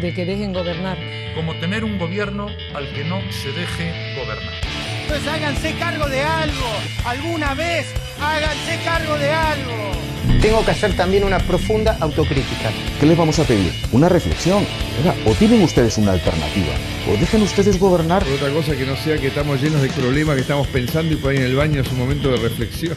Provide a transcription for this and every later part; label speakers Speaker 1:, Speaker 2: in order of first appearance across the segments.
Speaker 1: de que dejen gobernar.
Speaker 2: como tener un gobierno al que no se deje gobernar.
Speaker 3: Pues háganse cargo de algo. Alguna vez háganse cargo de algo.
Speaker 4: Tengo que hacer también una profunda autocrítica.
Speaker 5: ¿Qué les vamos a pedir? Una reflexión. Oiga, o tienen ustedes una alternativa, o dejen ustedes gobernar.
Speaker 6: Por otra cosa que no sea que estamos llenos de problemas, que estamos pensando y por ahí en el baño es un momento de reflexión.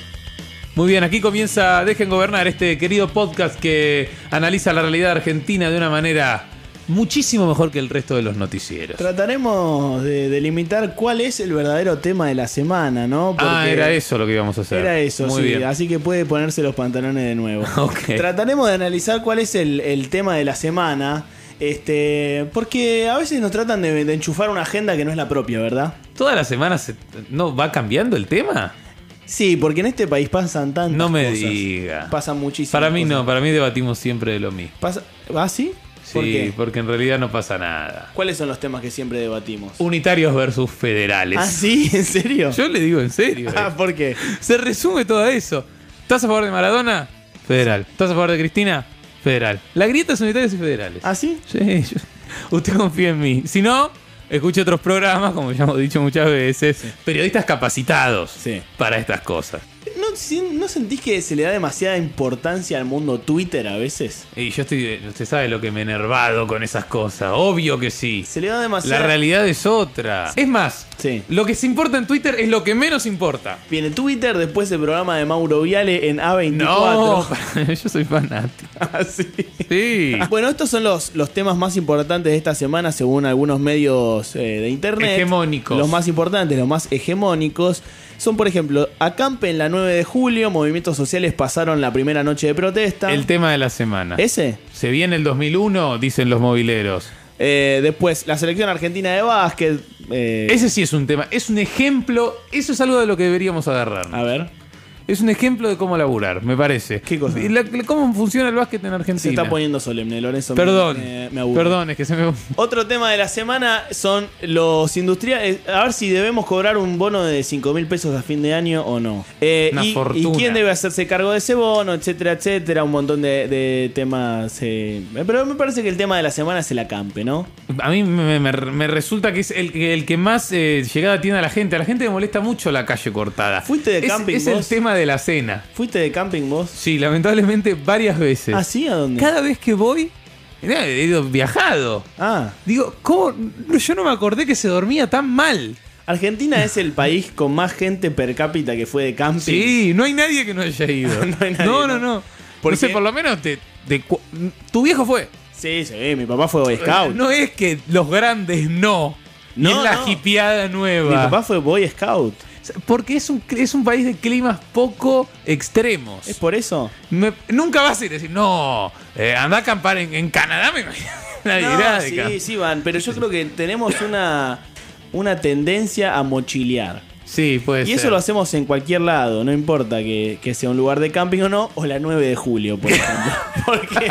Speaker 7: Muy bien, aquí comienza Dejen Gobernar, este querido podcast que analiza la realidad argentina de una manera muchísimo mejor que el resto de los noticieros.
Speaker 8: Trataremos de delimitar cuál es el verdadero tema de la semana, ¿no?
Speaker 7: Ah,
Speaker 8: Porque
Speaker 7: era eso lo que íbamos a hacer.
Speaker 8: Era eso,
Speaker 7: Muy
Speaker 8: sí.
Speaker 7: bien.
Speaker 8: Así que puede ponerse los pantalones de nuevo.
Speaker 7: Ok.
Speaker 8: Trataremos de analizar cuál es el, el tema de la semana. Este, porque a veces nos tratan de, de enchufar una agenda que no es la propia, ¿verdad?
Speaker 7: ¿Todas las semanas se- no va cambiando el tema?
Speaker 8: Sí, porque en este país pasan tantas
Speaker 7: No me
Speaker 8: cosas.
Speaker 7: diga.
Speaker 8: Pasan muchísimas
Speaker 7: Para mí
Speaker 8: cosas.
Speaker 7: no, para mí debatimos siempre de lo mismo.
Speaker 8: Pasa- ¿Ah, sí?
Speaker 7: Sí,
Speaker 8: ¿Por qué?
Speaker 7: porque en realidad no pasa nada.
Speaker 8: ¿Cuáles son los temas que siempre debatimos?
Speaker 7: Unitarios versus federales.
Speaker 8: ¿Ah, sí? ¿En serio?
Speaker 7: Yo le digo en serio.
Speaker 8: Ah, ¿por qué?
Speaker 7: Se resume todo a eso. ¿Estás a favor de Maradona? Federal. ¿Estás a favor de Cristina? Federal. La grieta es unitarios y federales.
Speaker 8: ¿Ah, sí?
Speaker 7: Sí, yo- usted confía en mí. Si no, escuche otros programas, como ya hemos dicho muchas veces, periodistas capacitados
Speaker 8: Sí.
Speaker 7: para estas cosas.
Speaker 8: ¿No, sin- ¿No sentís que se le da demasiada importancia al mundo Twitter a veces?
Speaker 7: Y yo estoy, usted sabe lo que me he enervado con esas cosas, obvio que sí.
Speaker 8: Se le da
Speaker 7: La
Speaker 8: demasiada...
Speaker 7: realidad es otra. Es más,
Speaker 8: Sí.
Speaker 7: lo que se importa en Twitter es lo que menos importa.
Speaker 8: Viene Twitter, después el programa de Mauro Viale en A24.
Speaker 7: No, yo soy fanático.
Speaker 8: Ah, sí.
Speaker 7: Sí.
Speaker 8: Bueno, estos son los, los temas más importantes de esta semana según algunos medios eh, de internet.
Speaker 7: Hegemónicos.
Speaker 8: Los más importantes, los más hegemónicos. Son, por ejemplo, Acampe en la 9 de julio, movimientos sociales pasaron la primera noche de protesta.
Speaker 7: El tema de la semana.
Speaker 8: ¿Ese?
Speaker 7: Se viene el 2001, dicen los mobileros.
Speaker 8: Eh, después, la selección argentina de básquet. eh,
Speaker 7: Ese sí es un tema, es un ejemplo, eso es algo de lo que deberíamos agarrarnos.
Speaker 8: A ver,
Speaker 7: Es un ejemplo de cómo laburar, me parece.
Speaker 8: ¿Qué cosa?
Speaker 7: Y la- la- ¿Cómo funciona el básquet en Argentina?
Speaker 8: se está poniendo solemne, Lorenzo. me-
Speaker 7: Perdón,
Speaker 8: me- me aburre.
Speaker 7: perdón, es que se me...
Speaker 8: Otro tema de la semana son los industriales. A ver si debemos cobrar un bono de 5 mil pesos a fin de año o no. Eh,
Speaker 7: Una
Speaker 8: y,
Speaker 7: fortuna.
Speaker 8: y quién debe hacerse cargo de ese bono, etcétera, etcétera. Un montón de, de temas. eh. Pero me parece que el tema de la semana es el acampe, ¿no?
Speaker 7: A mí me, me- me resulta que es el, que- el que más eh, llegada tiene a la gente. A la gente le molesta mucho la calle cortada.
Speaker 8: ¿Fuiste de
Speaker 7: Es-
Speaker 8: camping
Speaker 7: Es, el
Speaker 8: vos?
Speaker 7: tema de la cena.
Speaker 8: ¿Fuiste de camping vos?
Speaker 7: Sí, lamentablemente varias veces.
Speaker 8: ¿Ah, sí? ¿A dónde?
Speaker 7: Cada vez que voy, mirá, he ido viajado.
Speaker 8: Ah,
Speaker 7: Digo, ¿cómo? No, Yo no me acordé que se dormía tan mal.
Speaker 8: Argentina es el país con más gente per cápita que fue de camping.
Speaker 7: Sí, no hay nadie que no haya ido.
Speaker 8: No hay nadie,
Speaker 7: no, no,
Speaker 8: ¿no?
Speaker 7: no.
Speaker 8: ¿Por
Speaker 7: No sé,
Speaker 8: qué?
Speaker 7: por lo menos te- te cu- tu viejo fue.
Speaker 8: Sí, sí, mi papá fue Boy Scout.
Speaker 7: No es que los grandes no. No,
Speaker 8: No,
Speaker 7: es la
Speaker 8: no.
Speaker 7: hipiada nueva.
Speaker 8: Mi papá fue Boy Scout.
Speaker 7: Porque es un, es un país de climas poco extremos.
Speaker 8: ¿Es por eso?
Speaker 7: Me- nunca vas a ir a decir, no, eh, anda a acampar en, en Canadá, me imagino. Nadie
Speaker 8: No,
Speaker 7: irá de
Speaker 8: sí,
Speaker 7: camp-
Speaker 8: sí, van, pero yo creo que tenemos una, una tendencia a mochilear.
Speaker 7: Sí, puede
Speaker 8: Y eso
Speaker 7: ser.
Speaker 8: lo hacemos en cualquier lado, no importa que, que sea un lugar de camping o no, o la 9 de julio, por ejemplo. Porque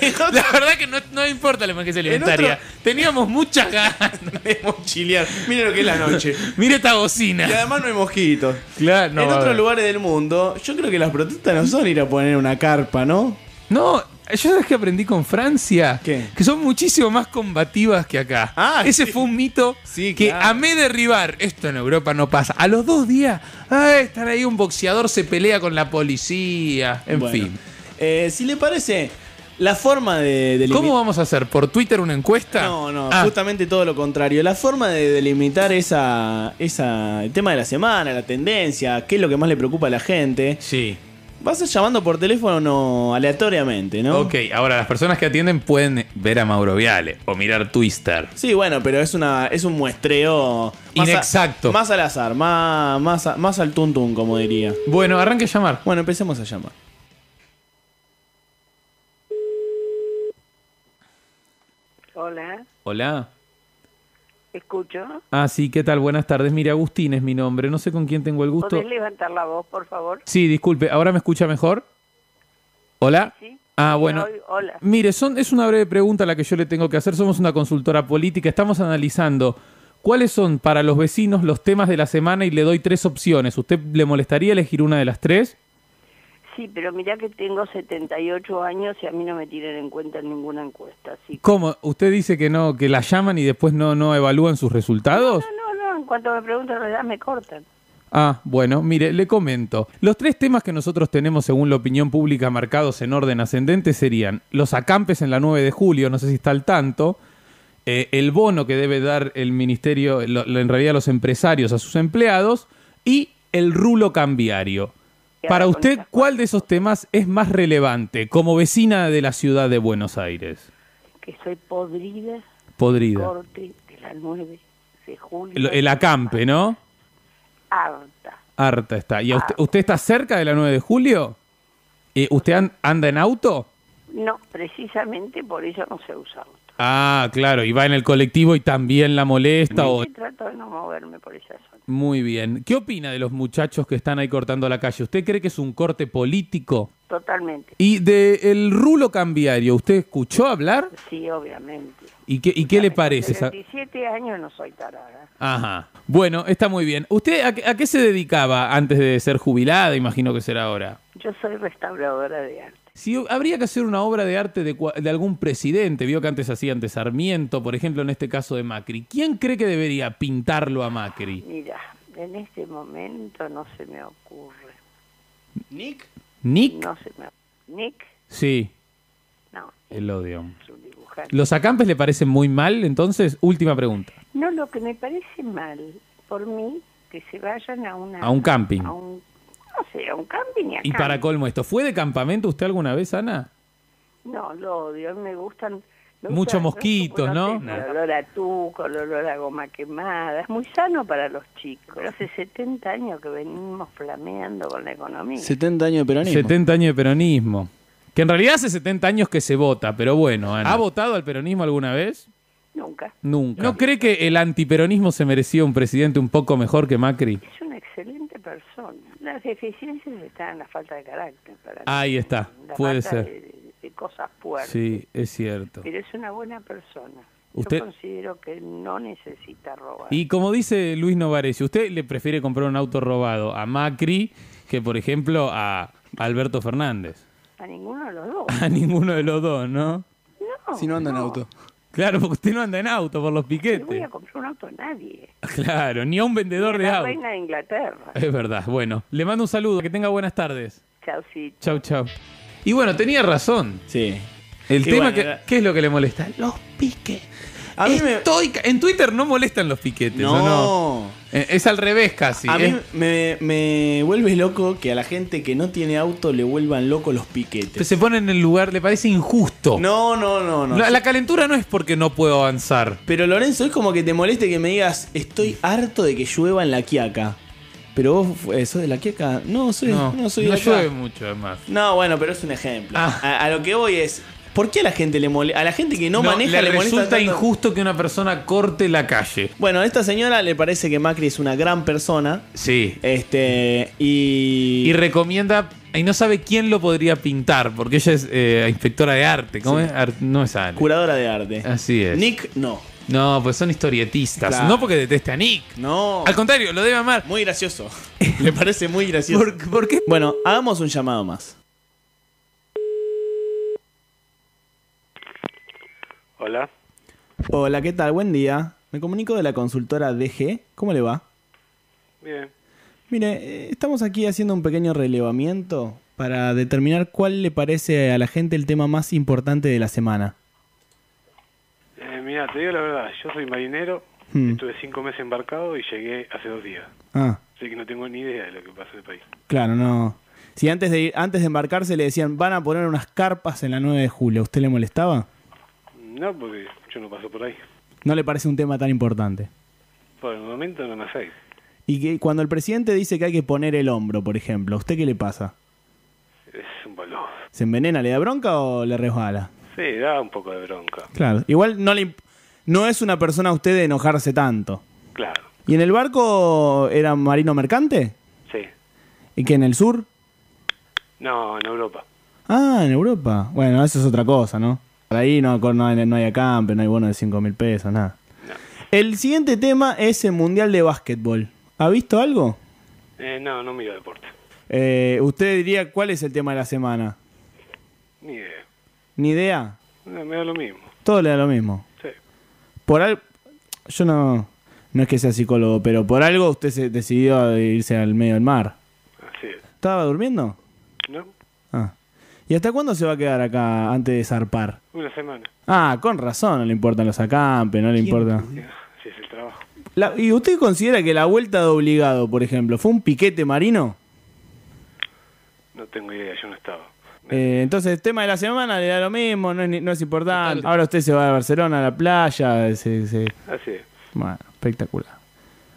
Speaker 8: en otro-
Speaker 7: La verdad que no, no importa la emergencia alimentaria. Teníamos muchas ganas.
Speaker 8: de mochilear, miren lo que es la noche.
Speaker 7: Mira esta bocina.
Speaker 8: Y además no hay mosquitos.
Speaker 7: Claro, no,
Speaker 8: en
Speaker 7: va a
Speaker 8: otros
Speaker 7: haber.
Speaker 8: lugares del mundo, yo creo que las protestas no son ir a poner una carpa, ¿no?
Speaker 7: No, yo sabes que aprendí con Francia
Speaker 8: ¿Qué?
Speaker 7: que son muchísimo más combativas que acá.
Speaker 8: Ah,
Speaker 7: Ese
Speaker 8: sí.
Speaker 7: fue un mito
Speaker 8: Sí,
Speaker 7: que
Speaker 8: claro.
Speaker 7: amé derribar. Esto en Europa no pasa. A los dos días, ah, están ahí un boxeador, se pelea con la policía. En
Speaker 8: Bueno,
Speaker 7: fin.
Speaker 8: eh, si le parece, la forma de, de
Speaker 7: ¿Cómo vamos a hacer? ¿Por Twitter una encuesta?
Speaker 8: No, no,
Speaker 7: Ah,
Speaker 8: justamente todo lo contrario. La forma de delimitar esa, esa, el tema de la semana, la tendencia, qué es lo que más le preocupa a la gente,
Speaker 7: Sí.
Speaker 8: vas a ir llamando por teléfono no, aleatoriamente, ¿no?
Speaker 7: Ok, ahora las personas que atienden pueden ver a Mauro Viale o mirar Twister.
Speaker 8: Sí, bueno, pero es una es un muestreo más a-
Speaker 7: Inexacto.
Speaker 8: más al azar, más, más, a- más al tuntún, como diría.
Speaker 7: Bueno, arranque a llamar.
Speaker 8: Bueno, empecemos a llamar.
Speaker 9: Hola,
Speaker 7: Hola.
Speaker 9: escucho.
Speaker 7: Ah, sí, ¿qué tal? Buenas tardes. Mire, Agustín es mi nombre. No sé con quién tengo el gusto.
Speaker 9: ¿Podés levantar la voz, por favor?
Speaker 7: Sí, disculpe, ¿ahora me escucha mejor? ¿Hola?
Speaker 9: Sí.
Speaker 7: Ah, bueno.
Speaker 9: Hoy- hola.
Speaker 7: Mire, son, es una breve pregunta la que yo le tengo que hacer. Somos una consultora política, estamos analizando cuáles son para los vecinos los temas de la semana y le doy tres opciones. ¿Usted le molestaría elegir una de las tres?
Speaker 9: Sí, pero mirá que tengo 78 años y a mí no me tienen en cuenta en ninguna encuesta. Así que...
Speaker 7: ¿Cómo? ¿Usted dice que no, que la llaman y después no, no evalúan sus resultados?
Speaker 9: No, no, no, en cuanto me preguntan la edad me cortan.
Speaker 7: Ah, bueno, mire, le comento. Los tres temas que nosotros tenemos según la opinión pública marcados en orden ascendente serían los acampes en la 9 de julio, no sé si está al tanto, eh, el bono que debe dar el ministerio, lo- lo- en realidad los empresarios a sus empleados, y el rulo cambiario.
Speaker 9: Y ahora
Speaker 7: Para
Speaker 9: con
Speaker 7: usted,
Speaker 9: estas
Speaker 7: ¿cuál
Speaker 9: cuatro
Speaker 7: de esos temas es más relevante como vecina de la ciudad de Buenos Aires?
Speaker 9: Que soy podrida,
Speaker 7: Podrida.
Speaker 9: corte de la 9 de julio.
Speaker 7: El, el acampe, ¿no?
Speaker 9: Harta.
Speaker 7: Harta está. ¿Y a usted, usted está cerca de la 9 de julio? Eh, ¿Usted an- anda en auto?
Speaker 9: No, precisamente por eso no se usa auto.
Speaker 7: Ah, claro, y va en el colectivo y también la molesta. O...
Speaker 9: Sí, Trato de no moverme por esa zona.
Speaker 7: Muy bien. ¿Qué opina de los muchachos que están ahí cortando la calle? ¿Usted cree que es un corte político?
Speaker 9: Totalmente.
Speaker 7: ¿Y del rulo cambiario, usted escuchó hablar?
Speaker 9: Sí, obviamente.
Speaker 7: ¿Y qué, y qué le parece?
Speaker 9: Con
Speaker 7: esa-
Speaker 9: 37 años no soy tarada.
Speaker 7: Ajá. Bueno, está muy bien. ¿Usted a, qué- a qué se dedicaba antes de ser jubilada? Imagino que será ahora.
Speaker 9: Yo soy restauradora de arte.
Speaker 7: Si habría que hacer una obra de arte de, cua- de algún presidente, vio que antes hacían de Sarmiento, por ejemplo, en este caso de Macri, ¿quién cree que debería pintarlo a Macri?
Speaker 9: Mira, en este momento no se me ocurre.
Speaker 8: Nick.
Speaker 7: ¿Nick?
Speaker 9: No se me Nick,
Speaker 7: Sí,
Speaker 9: no,
Speaker 7: el odio.
Speaker 9: es un dibujante.
Speaker 7: ¿Los acampes le parecen muy mal? Entonces, última pregunta.
Speaker 9: No, lo que me parece mal, por mí, que se vayan a una...
Speaker 7: A un camping.
Speaker 9: Ah, a un- no sé, a un camping y a
Speaker 7: Y para
Speaker 9: camping.
Speaker 7: colmo esto, ¿fue de campamento usted alguna vez, Ana?
Speaker 9: No, lo odio, me gustan... me
Speaker 7: Muchos
Speaker 9: gustan-
Speaker 7: mosquitos, ¿no?
Speaker 9: sé, El olor a tuco, el olor a goma quemada, es muy sano para los chicos. Hace 70 años que venimos flameando con la economía.
Speaker 8: 70 años de peronismo.
Speaker 7: 70 años de peronismo. Que en realidad hace 70 años que se vota, pero bueno, Ana. ¿Ha votado al peronismo alguna vez?
Speaker 9: Nunca.
Speaker 7: Nunca. ¿No cree que el antiperonismo se merecía un presidente un poco mejor que Macri?
Speaker 9: Es una excelente persona. Las deficiencias están en la falta de carácter. Para mí.
Speaker 7: Ahí está,
Speaker 9: La
Speaker 7: puede
Speaker 9: falta
Speaker 7: ser.
Speaker 9: De, de cosas fuertes.
Speaker 7: Sí, es cierto.
Speaker 9: Pero es una buena persona.
Speaker 7: Usted-
Speaker 9: Yo considero que no necesita robar.
Speaker 7: Y como dice Luis Novaresi, ¿usted le prefiere comprar un auto robado a Macri que, por ejemplo, a Alberto Fernández?
Speaker 9: A ninguno de los dos.
Speaker 7: A ninguno de los dos, ¿no?
Speaker 9: No,
Speaker 8: Si no anda en auto.
Speaker 7: Claro, porque usted no anda en auto por los
Speaker 9: No voy
Speaker 7: piquetes.
Speaker 9: a comprar un auto a nadie.
Speaker 7: Claro, ni a un vendedor de
Speaker 9: La
Speaker 7: auto.
Speaker 9: reina de Inglaterra.
Speaker 7: Es verdad. Bueno, le mando un saludo. Que tenga buenas tardes.
Speaker 9: Chau, sí.
Speaker 7: Chau, chau. Y bueno, tenía razón.
Speaker 8: Sí.
Speaker 7: El
Speaker 8: Y
Speaker 7: tema
Speaker 8: bueno,
Speaker 7: que...
Speaker 8: era-
Speaker 7: ¿Qué es lo que le molesta? Los piques.
Speaker 8: A mí me.
Speaker 7: Estoy ca- En Twitter no molestan los piquetes, ¿o no?
Speaker 8: No.
Speaker 7: Eh, Es al revés casi.
Speaker 8: a mí
Speaker 7: ¿eh?
Speaker 8: me, me vuelve loco que a la gente que no tiene auto le vuelvan loco los piquetes.
Speaker 7: Se pone en el lugar, le parece injusto.
Speaker 8: No, no, no, no.
Speaker 7: la, la calentura no es porque no puedo avanzar.
Speaker 8: Pero Lorenzo, es como que te moleste que me digas, estoy harto de que llueva en la Quiaca. Pero vos eh, sos de la Quiaca. No, soy, no,
Speaker 7: No,
Speaker 8: soy
Speaker 7: no
Speaker 8: de acá.
Speaker 7: llueve mucho además.
Speaker 8: No, bueno, pero es un ejemplo.
Speaker 7: Ah.
Speaker 8: A, a lo que voy es, ¿por qué a la gente le molesta? A la gente que no, maneja le, molesta
Speaker 7: resulta
Speaker 8: tanto?
Speaker 7: injusto que una persona corte la calle.
Speaker 8: Bueno, a esta señora le parece que Macri es una gran persona.
Speaker 7: Sí.
Speaker 8: Este, y...
Speaker 7: Y recomienda, y no sabe quién lo podría pintar, porque ella es eh, inspectora de arte. ¿Cómo es? Ar- no es Ale.
Speaker 8: curadora de arte.
Speaker 7: Así es.
Speaker 8: Nick, no.
Speaker 7: No, pues son historietistas.
Speaker 8: Claro.
Speaker 7: No porque deteste a Nick.
Speaker 8: No.
Speaker 7: Al contrario, lo debe amar.
Speaker 8: Muy gracioso. le parece muy gracioso.
Speaker 7: ¿Por, por qué?
Speaker 8: Bueno, hagamos un llamado más.
Speaker 1: Hola,
Speaker 8: Hola, ¿qué tal? Buen día. Me comunico de la consultora DG. ¿Cómo le va?
Speaker 1: bien.
Speaker 8: Mire, eh, estamos aquí haciendo un pequeño relevamiento para determinar cuál le parece a la gente el tema más importante de la semana.
Speaker 1: Eh, mira, te digo la verdad, yo soy marinero,
Speaker 8: Hmm.
Speaker 1: estuve cinco meses embarcado y llegué hace dos días.
Speaker 8: Ah,
Speaker 1: Así que no tengo ni idea de lo que pasa en el país.
Speaker 8: claro, no. Si antes de, ir- antes de embarcarse le decían van a poner unas carpas en la 9 de julio, ¿usted le molestaba?
Speaker 1: No, porque yo no paso por ahí.
Speaker 8: No le parece un tema tan importante.
Speaker 1: Por el momento no me hacéis.
Speaker 8: Y que cuando el presidente dice que hay que poner el hombro, por ejemplo, ¿a usted qué le pasa?
Speaker 1: Es un balón.
Speaker 8: ¿Se envenena, le da bronca o le resbala?
Speaker 1: Sí, da un poco de bronca.
Speaker 8: Claro, igual no le imp- no es una persona a usted de enojarse tanto.
Speaker 1: Claro,
Speaker 8: ¿Y en el barco era marino mercante?
Speaker 1: sí.
Speaker 8: ¿Y que en el sur?
Speaker 1: No, en Europa.
Speaker 8: Ah, en Europa. Bueno, eso es otra cosa, ¿no? Por ahí no, no hay, no hay acampe, no hay bono de 5 mil pesos, nada. El siguiente tema es el Mundial de Básquetbol. ¿Ha visto algo?
Speaker 1: Eh, no, no miro deporte.
Speaker 8: Eh, ¿Usted diría cuál es el tema de la semana?
Speaker 1: Ni idea.
Speaker 8: ¿Ni idea?
Speaker 1: No, Eh, me da lo mismo.
Speaker 8: Todo le da lo mismo.
Speaker 1: Sí.
Speaker 8: Por algo. Yo no. No es que sea psicólogo, pero por algo usted se decidió a irse al medio del mar.
Speaker 1: Así es.
Speaker 8: ¿Estaba durmiendo?
Speaker 1: ¿No?
Speaker 8: Ah. ¿Y hasta cuándo se va a quedar acá antes de zarpar?
Speaker 1: Una semana.
Speaker 8: Ah, con razón, no le importan los acampes, no le importa.
Speaker 1: Así es el trabajo.
Speaker 8: La- ¿Y usted considera que la vuelta de obligado, por ejemplo, fue un piquete marino?
Speaker 1: No tengo idea, yo no estaba.
Speaker 8: Eh, entonces, el tema de la semana le da lo mismo, no es, ni- no es importante. Ahora usted se va a Barcelona, a la playa. se- se-
Speaker 1: Así es.
Speaker 8: Bueno, espectacular.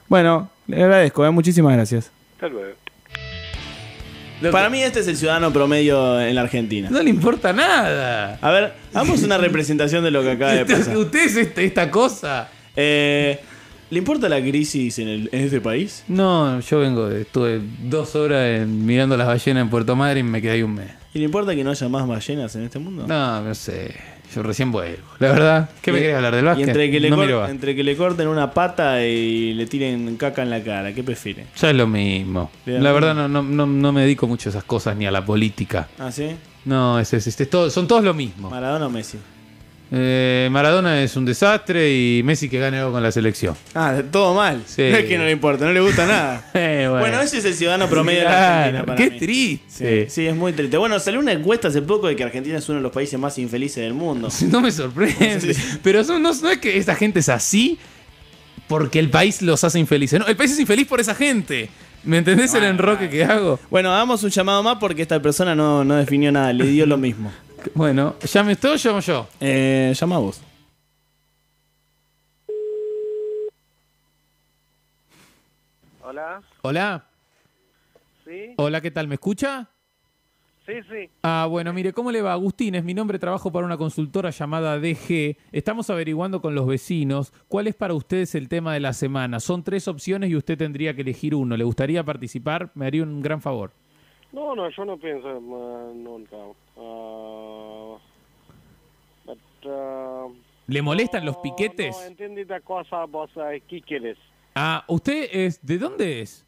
Speaker 8: Bueno, le agradezco, eh, muchísimas gracias.
Speaker 1: Hasta luego.
Speaker 8: Para mí, este es el ciudadano promedio en la Argentina.
Speaker 7: No le importa nada.
Speaker 8: A ver, hagamos una representación de lo que acaba de
Speaker 7: Usted,
Speaker 8: pasar.
Speaker 7: usted es este- esta cosa.
Speaker 8: Eh, ¿Le importa la crisis en, el- en este país?
Speaker 7: No, yo vengo de. Estuve dos horas en- mirando las ballenas en Puerto Madryn y me quedé ahí un mes.
Speaker 8: ¿Y le importa que no haya más ballenas en este mundo?
Speaker 7: No, no sé. Yo recién vuelvo. La verdad, ¿qué me
Speaker 8: Y-
Speaker 7: querés hablar del
Speaker 8: Y
Speaker 7: básquet?
Speaker 8: entre que, le
Speaker 7: no
Speaker 8: cor-
Speaker 7: miro básquet.
Speaker 8: entre que le corten una pata y le tiren caca en la cara, ¿qué prefiere?
Speaker 7: Ya es lo mismo.
Speaker 8: Bien.
Speaker 7: La verdad, no, no, no, no me dedico mucho a esas cosas ni a la política.
Speaker 8: ¿Ah, sí?
Speaker 7: No, es, es- es- es todo- son todos lo mismo.
Speaker 8: ¿Maradona o Messi?
Speaker 7: Eh, Maradona es un desastre y Messi que gane algo con la selección.
Speaker 8: Ah, todo mal.
Speaker 7: Sí.
Speaker 8: No es que no le importa, no le gusta nada.
Speaker 7: Eh,
Speaker 8: bueno.
Speaker 7: bueno.
Speaker 8: ese es el ciudadano promedio de
Speaker 7: Claro,
Speaker 8: la Argentina para
Speaker 7: Qué
Speaker 8: mí.
Speaker 7: triste.
Speaker 8: Sí, es muy triste. Bueno, salió una encuesta hace poco de que Argentina es uno de los países más infelices del mundo.
Speaker 7: No me sorprende. Pero son- no, no es que esta gente es así porque el país los hace infelices. No, el país es infeliz por esa gente. ¿Me entendés el enroque que hago?
Speaker 8: Bueno, hagamos un llamado más porque esta persona no, no definió nada, le dio lo mismo.
Speaker 7: Bueno, llame usted o llamo yo.
Speaker 8: Eh, llama a vos.
Speaker 1: Hola.
Speaker 7: Hola.
Speaker 1: ¿Sí?
Speaker 7: Hola, ¿qué tal? ¿Me escucha?
Speaker 1: Sí, sí.
Speaker 7: Ah, bueno, mire, ¿cómo le va? Agustín, es mi nombre, trabajo para una consultora llamada DG. Estamos averiguando con los vecinos cuál es para ustedes el tema de la semana. Son tres opciones y usted tendría que elegir uno. ¿Le gustaría participar? Me haría un gran favor.
Speaker 1: No, no, yo no pienso eh, nunca. Ah, but, ah,
Speaker 7: ¿Le molestan los
Speaker 1: no,
Speaker 7: piquetes?
Speaker 1: No, entendí la cosa, vos, eh, ¿qué quieres?
Speaker 7: Ah, ¿usted es de dónde es?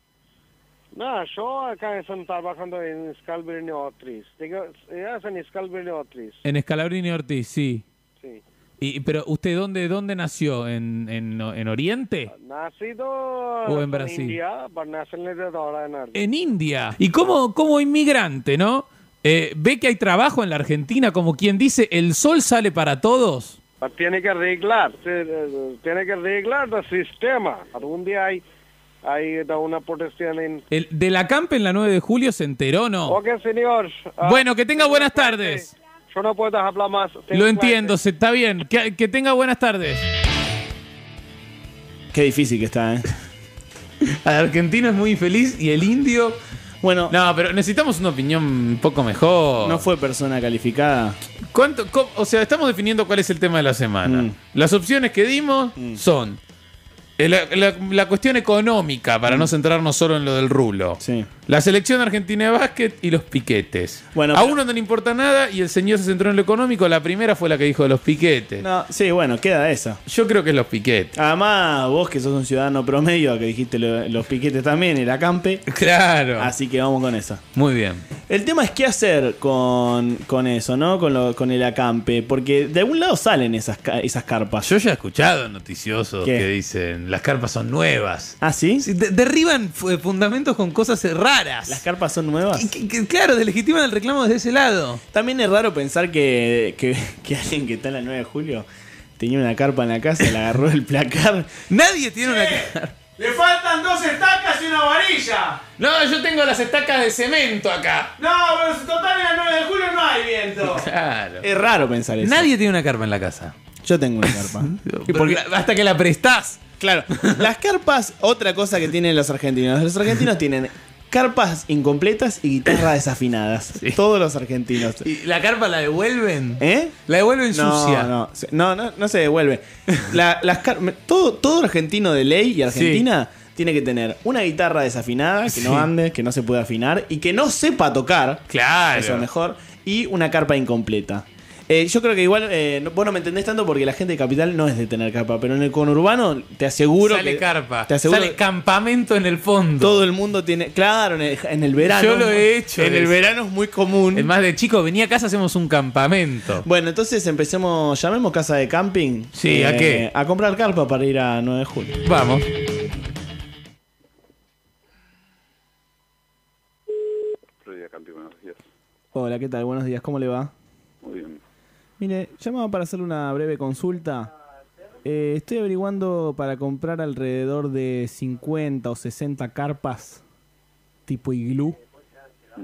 Speaker 1: No, yo acá estoy trabajando en Scalbrini Ortiz. Digo, eh, es en Scalbrini Ortiz,
Speaker 7: En Escalabrini Ortiz, sí.
Speaker 1: sí.
Speaker 7: Y, pero usted dónde dónde nació? ¿En, en- en Oriente?
Speaker 1: Nacido
Speaker 7: en Brasil.
Speaker 1: India, but nationalidad ahora en Argentina.
Speaker 7: En India. Y como, como inmigrante, ¿no? Eh, ve que hay trabajo en la Argentina, como quien dice, el sol sale para todos.
Speaker 1: But tiene que arreglar, se- eh, tiene que arreglar el sistema. Algún día hay, hay da una protesta en...
Speaker 7: El, de la camp en la 9 de julio se enteró, ¿no?
Speaker 1: Ok, señor. Ah,
Speaker 7: Bueno, que tenga buenas
Speaker 1: tengo clase.
Speaker 7: tardes.
Speaker 1: Yo no puedo hablar más. Tengo
Speaker 7: Lo entiendo,
Speaker 1: clase.
Speaker 7: se, está bien. Que, que tenga buenas tardes.
Speaker 8: Qué difícil que está, ¿eh?
Speaker 7: El argentino es muy infeliz y el indio.
Speaker 8: Bueno, no,
Speaker 7: No, pero necesitamos una opinión un poco mejor.
Speaker 8: fue persona calificada.
Speaker 7: ¿Cuánto, co- o sea, estamos definiendo cuál es el tema de la semana.
Speaker 8: Mm.
Speaker 7: Las opciones que dimos son eh, la, la- la cuestión económica, para no centrarnos solo en lo del rulo.
Speaker 8: Mm. Sí.
Speaker 7: La selección argentina de básquet y los piquetes.
Speaker 8: Bueno,
Speaker 7: a
Speaker 8: pero-
Speaker 7: uno no le importa nada y el señor se centró en lo económico. La primera fue la que dijo de los piquetes.
Speaker 8: No, sí, bueno, queda esa.
Speaker 7: Yo creo que es los piquetes.
Speaker 8: Además, vos que sos un ciudadano promedio, que dijiste lo- los piquetes también, el acampe.
Speaker 7: Claro.
Speaker 8: Así que vamos con esa.
Speaker 7: Muy bien.
Speaker 8: El tema es qué hacer con, con eso, ¿no? Con, lo- con el acampe. Porque de algún lado salen esas, ca- esas carpas.
Speaker 7: Yo ya he escuchado noticiosos
Speaker 8: ¿Qué?
Speaker 7: que dicen las carpas son nuevas.
Speaker 8: ¿Ah, sí?
Speaker 7: Sí, de- derriban fu- eh, fundamentos con cosas eh, raras.
Speaker 8: ¿Las carpas son nuevas?
Speaker 7: Y que- que, claro, deslegitiman el reclamo desde ese lado.
Speaker 8: También es raro pensar que, que, que alguien que está en la 9 de julio tenía una carpa en la casa, le agarró el placar.
Speaker 7: Nadie tiene una cara.
Speaker 3: ¡Le faltan dos estacas y una varilla!
Speaker 7: No, yo tengo las estacas de cemento acá.
Speaker 3: No, pero en total en la 9 de julio no hay viento.
Speaker 7: Claro.
Speaker 8: Es raro pensar eso.
Speaker 7: Nadie tiene una carpa en la casa.
Speaker 8: Yo tengo una carpa.
Speaker 7: Pero la- hasta que la prestás.
Speaker 8: Claro, las carpas, otra cosa que tienen los argentinos. Los argentinos tienen carpas incompletas y guitarras desafinadas. Todos los argentinos.
Speaker 7: Y la carpa la devuelven.
Speaker 8: ¿Eh?
Speaker 7: La devuelven
Speaker 8: No,
Speaker 7: sucia.
Speaker 8: no, se- no, no, no se devuelve. La- las car- me- todo, todo argentino de ley y Argentina tiene que tener una guitarra desafinada, que no ande, que no se pueda afinar y que no sepa tocar.
Speaker 7: Claro.
Speaker 8: Eso es mejor. Y una carpa incompleta. Eh, yo creo que igual eh, no- vos no me entendés tanto porque la gente de capital no es de tener carpa, pero en el conurbano te aseguro
Speaker 7: Sale
Speaker 8: que
Speaker 7: carpa.
Speaker 8: te aseguro
Speaker 7: Sale
Speaker 8: que
Speaker 7: campamento en el fondo.
Speaker 8: todo el mundo tiene, claro, en el, en el verano.
Speaker 7: Yo lo he hecho
Speaker 8: En el
Speaker 7: eso.
Speaker 8: verano es muy común.
Speaker 7: Es más de chico, venía a casa, hacemos un campamento.
Speaker 8: Bueno, entonces empecemos, llamemos casa de camping. eh,
Speaker 7: Sí, ¿a qué?
Speaker 8: A comprar carpa para ir a 9 de julio.
Speaker 7: Vamos.
Speaker 8: Hola, ¿qué tal? Buenos días, ¿cómo le va?
Speaker 10: Muy bien.
Speaker 8: Mire, llamaba para hacer una breve consulta. Eh, estoy averiguando para comprar alrededor de 50 o 60 carpas tipo iglú.
Speaker 10: Mm.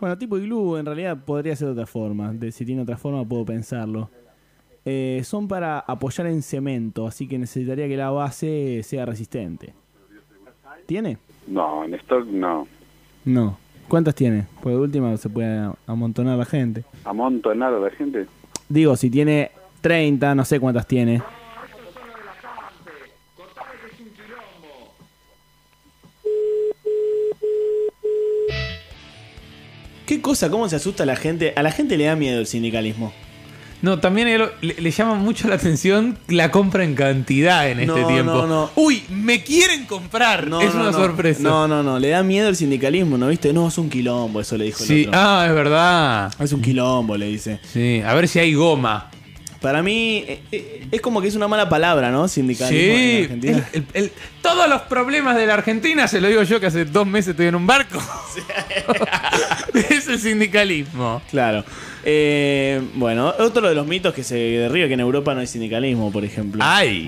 Speaker 8: Bueno, tipo iglú en realidad podría ser de otra forma. De, si tiene otra forma puedo pensarlo. Eh, son para apoyar en cemento, así que necesitaría que la base sea resistente. ¿Tiene?
Speaker 10: No, en stock no.
Speaker 8: No. ¿Cuántas tiene? Pues de última se puede amontonar la gente.
Speaker 10: Amontonar a la gente.
Speaker 8: Digo, si tiene 30, no sé cuántas tiene. ¿Qué cosa? ¿Cómo se asusta la gente? A la gente le da miedo el sindicalismo.
Speaker 7: No, también el- le, le llama mucho la atención la compra en cantidad en este
Speaker 8: No,
Speaker 7: tiempo.
Speaker 8: no, no.
Speaker 7: Uy, me quieren comprar. es una sorpresa.
Speaker 8: No, no, no. Le da miedo el sindicalismo, ¿no viste? No, es un quilombo, eso le dijo el
Speaker 7: sí,
Speaker 8: otro.
Speaker 7: ah, es verdad.
Speaker 8: Es un quilombo, le dice.
Speaker 7: Sí, a ver si hay goma.
Speaker 8: Para mí eh, eh, es como que es una mala palabra, ¿no? Sindicalismo en
Speaker 7: Sí,
Speaker 8: Argentina.
Speaker 7: el- el- el- todos los problemas de la Argentina, se lo digo yo que hace dos meses estoy en un barco. es el sindicalismo.
Speaker 8: Claro. Eh, bueno, otro de los mitos que se derriba que en Europa no hay sindicalismo, por ejemplo.
Speaker 7: Ay.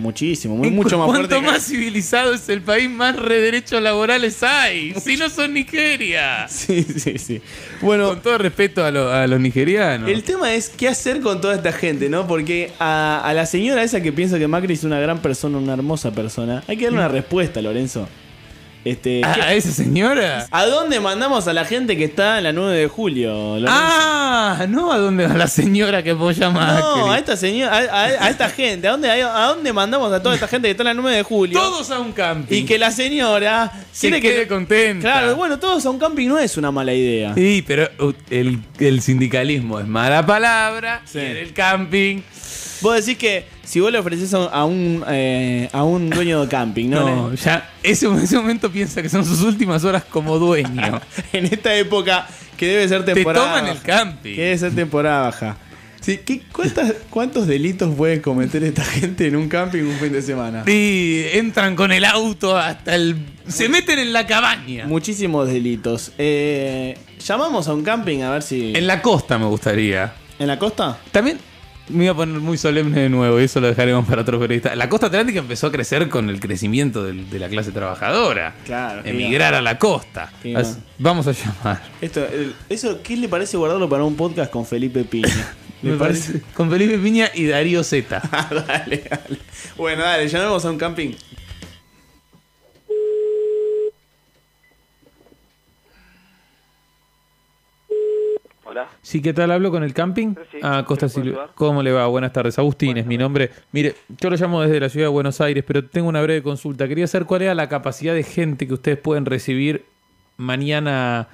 Speaker 8: Muchísimo, muy, mucho más fuerte.
Speaker 7: Cuanto
Speaker 8: que-
Speaker 7: más civilizado es el país, más re derechos laborales hay. Si no son Nigeria.
Speaker 8: Sí, sí, sí. Bueno,
Speaker 7: Con todo respeto a, lo- a los nigerianos.
Speaker 8: el tema es qué hacer con toda esta gente, ¿no? Porque a, a la señora esa que piensa que Macri es una gran persona, una hermosa persona, hay que darle una
Speaker 7: Mm.
Speaker 8: respuesta, Lorenzo. Este,
Speaker 7: ¿A,
Speaker 8: ¿qué-
Speaker 7: Ah, a esa señora?
Speaker 8: ¿A dónde mandamos a la gente que está en la 9 de julio? Lorenzo?
Speaker 7: Ah, no a dónde va la señora que apoya a Macri.
Speaker 8: No, a este esta señora, a, a- a esta gente, ¿a dónde, a, dónde mandamos a toda esta gente que está en la 9 de julio?
Speaker 7: Todos a un camping.
Speaker 8: Y que la señora tiene
Speaker 7: quede contenta.
Speaker 8: Claro, bueno, todos a un camping no es una mala idea.
Speaker 7: Sí, pero uh, el, el sindicalismo es mala palabra.
Speaker 8: Sí.
Speaker 7: quiere el camping.
Speaker 8: Vos decís que si vos le ofreces a a un, eh, a un dueño de camping, ¿no?
Speaker 7: No, ya. Ese, en ese momento piensa que son sus últimas horas como dueño.
Speaker 8: En esta época que debe ser
Speaker 7: Te
Speaker 8: temporada.
Speaker 7: toman el
Speaker 8: baja,
Speaker 7: camping.
Speaker 8: Que debe ser temporada baja. Sí, ¿qué- cuántas- ¿Cuántos delitos puede cometer esta gente en un camping un fin de semana?
Speaker 7: Sí, entran con el auto hasta el. Se meten en la cabaña.
Speaker 8: Muchísimos delitos. Eh, llamamos a un camping a ver si.
Speaker 7: En la costa me gustaría.
Speaker 8: ¿En la costa?
Speaker 7: También me iba a poner muy solemne de nuevo, y eso lo dejaremos para otros periodistas. La costa atlántica empezó a crecer con el crecimiento del- de, la clase trabajadora.
Speaker 8: Claro,
Speaker 7: Emigrar a la costa.
Speaker 8: Sí,
Speaker 7: As-
Speaker 8: no.
Speaker 7: Vamos a llamar.
Speaker 8: Esto, el- eso, ¿qué le parece guardarlo para un podcast con Felipe Piña?
Speaker 7: Me parece- Con Felipe Piña y Darío Zeta.
Speaker 8: Ah, dale, dale. Bueno, dale, llamemos a un camping.
Speaker 10: Hola.
Speaker 7: Sí, ¿qué tal? Hablo con el camping.
Speaker 10: Sí,
Speaker 7: ah,
Speaker 10: ¿qué
Speaker 7: Costa
Speaker 10: puedo
Speaker 7: Silva.
Speaker 10: ayudar?
Speaker 7: ¿Cómo le va? Buenas tardes. Agustín es mi nombre. Mire, yo lo llamo desde la ciudad de Buenos Aires, pero tengo una breve consulta. Quería saber cuál era la capacidad de gente que ustedes pueden recibir mañana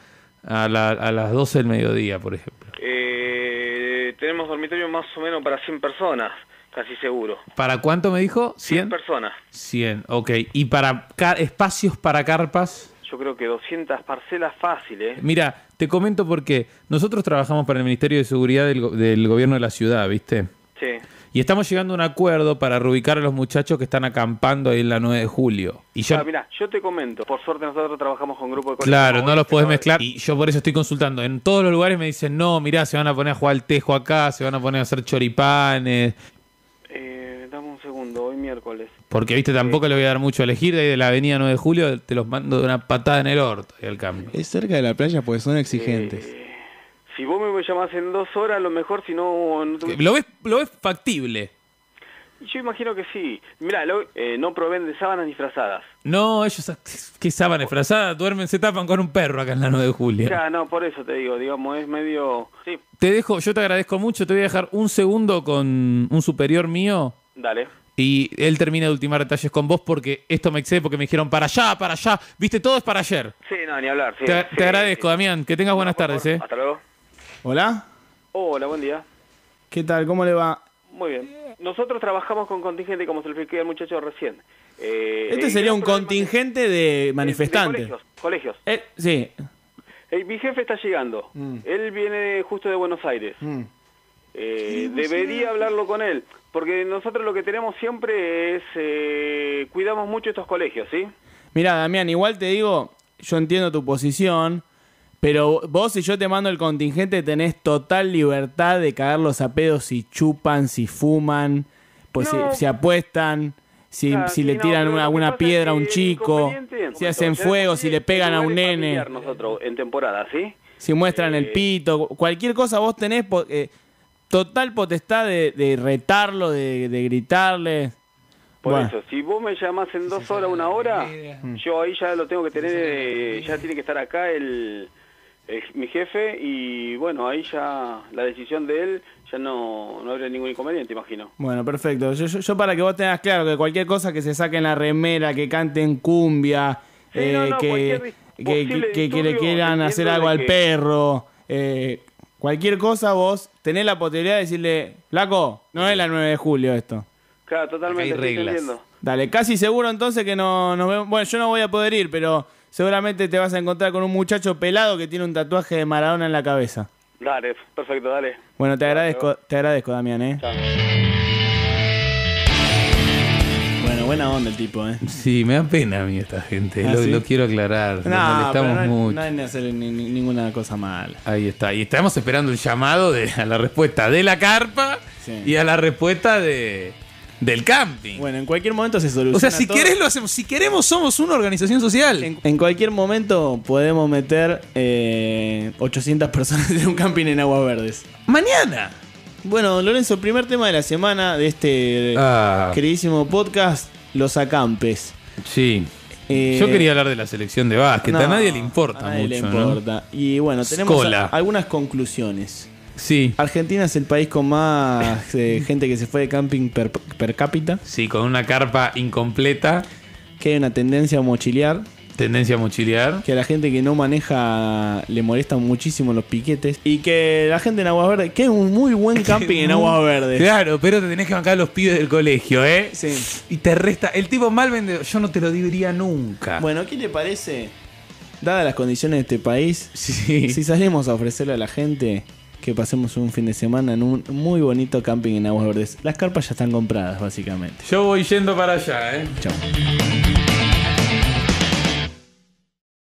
Speaker 7: a, la- a las 12 del mediodía, por ejemplo.
Speaker 10: Eh, tenemos dormitorio más o menos para 100 personas, casi seguro.
Speaker 7: ¿Para cuánto me dijo?
Speaker 10: 100
Speaker 7: 100.
Speaker 10: personas.
Speaker 7: 100, ok. ¿Y para ca- espacios para carpas?
Speaker 10: Yo creo que 200 parcelas fáciles.
Speaker 7: Mira, te comento porque nosotros trabajamos para el Ministerio de Seguridad del, go- del Gobierno de la Ciudad, ¿viste?
Speaker 10: Sí.
Speaker 7: Y estamos llegando a un acuerdo para reubicar a los muchachos que están acampando ahí en la 9 de julio. Y yo,
Speaker 10: Ah, mirá, yo te comento. Por suerte nosotros trabajamos con este, grupos de
Speaker 7: claro,
Speaker 10: colegas
Speaker 7: no los podés
Speaker 10: pero-
Speaker 7: mezclar. Y yo por eso estoy consultando. En todos los lugares me dicen, no, mirá, se van a poner a jugar al tejo acá, se van a poner a hacer choripanes.
Speaker 10: Eh, dame un segundo, hoy miércoles.
Speaker 7: Porque, viste, tampoco le voy a dar mucho a elegir. De ahí de la avenida 9 de julio te los mando de una patada en el orto y al cambio.
Speaker 10: Eh,
Speaker 8: Es cerca de la playa porque son exigentes.
Speaker 10: Si vos me llamás en dos horas, a lo mejor si no... no te-
Speaker 7: ¿Lo ves, lo ves factible?
Speaker 10: Yo imagino que sí. Mirá, lo- eh, no proveen de sábanas disfrazadas.
Speaker 7: No, ellos, que sábana disfrazada, duermen, se tapan con un perro acá en la 9 de julio.
Speaker 10: Ya, no, por eso te digo, digamos, es medio... Sí,
Speaker 7: Te dejo, yo te agradezco mucho, te voy a dejar un segundo con un superior mío
Speaker 10: dale.
Speaker 7: y él termina de ultimar detalles con vos porque esto me excede porque me dijeron para allá, para allá, viste, todo es para ayer.
Speaker 10: Sí, no, ni hablar. sí,
Speaker 7: te,
Speaker 10: sí,
Speaker 7: te
Speaker 10: sí.
Speaker 7: agradezco, Damián, que tengas buenas eh.
Speaker 10: Por
Speaker 7: tardes,
Speaker 10: favor,
Speaker 7: eh.
Speaker 10: Hasta luego.
Speaker 8: ¿Hola?
Speaker 10: Hola, buen día.
Speaker 8: ¿Qué tal? ¿Cómo le va?
Speaker 10: Muy bien. Nosotros trabajamos con contingente, como se lo expliqué al muchacho recién. Eh,
Speaker 8: Este
Speaker 10: el
Speaker 8: sería
Speaker 10: gran
Speaker 8: un
Speaker 10: problema
Speaker 8: contingente de
Speaker 10: eh, de- de
Speaker 8: manifestantes.
Speaker 10: colegios, colegios.
Speaker 8: Eh, sí.
Speaker 10: Eh, mi jefe está llegando. Él viene justo de Buenos Aires.
Speaker 8: Mm.
Speaker 10: Eh, debería hablarlo con él, porque nosotros lo que tenemos siempre es, eh, cuidamos mucho estos colegios, ¿sí?
Speaker 8: Mira, Damián, igual te digo, yo entiendo tu posición, pero vos si yo te mando el contingente tenés total libertad de cagarlos a pedos si chupan, si fuman, pues si-
Speaker 10: No.
Speaker 8: si, apuestan, si,
Speaker 10: Ah, sí,
Speaker 8: si le
Speaker 10: no,
Speaker 8: tiran
Speaker 10: pero
Speaker 8: una-
Speaker 10: lo que
Speaker 8: alguna
Speaker 10: pasa es
Speaker 8: piedra a un
Speaker 10: que
Speaker 8: chico,
Speaker 10: inconveniente-
Speaker 8: si hacen
Speaker 10: Tenemos
Speaker 8: fuego, si le pegan a un
Speaker 10: lugares
Speaker 8: nene,
Speaker 10: familiar Nosotros en temporada, ¿sí?
Speaker 8: si muestran el
Speaker 10: Eh,
Speaker 8: pito, cualquier cosa vos tenés po- eh, total potestad de, de retarlo, de, de gritarle.
Speaker 10: Por
Speaker 8: Bueno. Mm.
Speaker 10: eso, si vos me llamás en dos horas, una hora, yo ahí ya lo tengo que tener, eh, ya tiene que estar acá el, el- mi jefe y bueno, ahí ya la decisión de él ya no, no habría ningún inconveniente, imagino.
Speaker 8: Bueno, perfecto. Yo, yo- yo para que vos tengas claro que cualquier cosa que se saquen la remera, que canten cumbia,
Speaker 10: Sí,
Speaker 8: eh,
Speaker 10: no, no, cualquier
Speaker 8: que,
Speaker 10: dis-
Speaker 8: que-
Speaker 10: posible
Speaker 8: que- que- que le
Speaker 10: disturbio,
Speaker 8: quieran
Speaker 10: entiendo
Speaker 8: hacer
Speaker 10: de
Speaker 8: algo al
Speaker 10: que-
Speaker 8: perro, eh, cualquier cosa vos tenés la posibilidad de decirle, flaco, no es la 9 de julio esto.
Speaker 10: Claro, totalmente,
Speaker 11: Acá hay
Speaker 10: estoy
Speaker 11: reglas.
Speaker 10: entendiendo.
Speaker 8: Dale, casi seguro entonces que no nos vemos. Bueno, yo no voy a poder ir, pero seguramente te vas a encontrar con un muchacho pelado que tiene un tatuaje de Maradona en la cabeza.
Speaker 10: Dale, perfecto, dale.
Speaker 8: Bueno, te agradezco, te agradezco, Damián, ¿eh?
Speaker 10: Chao.
Speaker 8: Bueno, buena onda el tipo, ¿eh?
Speaker 7: Sí, me da pena a mí esta gente.
Speaker 8: ¿Ah,
Speaker 7: lo,
Speaker 8: sí?
Speaker 7: lo quiero aclarar. Nos
Speaker 8: No, pero
Speaker 7: molestamos
Speaker 8: no, hay-
Speaker 7: mucho.
Speaker 8: no hay que hacer ni- ni- ninguna cosa mala.
Speaker 7: Ahí está. Y estamos esperando el llamado de, a la respuesta de la carpa
Speaker 8: Sí.
Speaker 7: y a la respuesta de, del camping.
Speaker 8: Bueno, en cualquier momento se soluciona.
Speaker 7: o sea, si
Speaker 8: todo.
Speaker 7: querés lo hacemos. Si queremos, somos una organización social.
Speaker 8: En, en cualquier momento podemos meter eh, 800 personas en un camping en Aguas Verdes.
Speaker 7: Mañana.
Speaker 8: Bueno, Lorenzo, primer tema de la semana de este
Speaker 7: Ah,
Speaker 8: queridísimo podcast, Los Acampes.
Speaker 7: sí.
Speaker 8: Eh,
Speaker 7: Yo quería hablar de la selección de básquet. a
Speaker 8: no,
Speaker 7: nadie le importa
Speaker 8: a nadie le
Speaker 7: mucho, ¿no?
Speaker 8: importa. Y bueno, tenemos
Speaker 7: Scola.
Speaker 8: a- algunas conclusiones.
Speaker 7: Sí.
Speaker 8: Argentina es el país con más eh, gente que se fue de camping per- per cápita.
Speaker 7: Sí, con una carpa incompleta,
Speaker 8: Que hay una tendencia a mochilear.
Speaker 7: tendencia a mochilear.
Speaker 8: que a la gente que no maneja le molestan muchísimo los piquetes y que la gente en Aguas Verdes, que hay un muy buen camping en Aguas Verdes.
Speaker 7: Claro, pero te tenés que bancar a los pibes del colegio, ¿eh?
Speaker 8: Sí.
Speaker 7: Y te resta. El tipo mal vendedor. Yo no te lo diría nunca.
Speaker 8: Bueno, ¿qué le parece? Dadas las condiciones de este país,
Speaker 7: sí.
Speaker 8: si salimos a ofrecerle a la gente que pasemos un fin de semana en un muy bonito camping en Aguas Verdes, las carpas ya están compradas básicamente.
Speaker 7: Yo voy yendo para allá, ¿eh?
Speaker 8: Chao.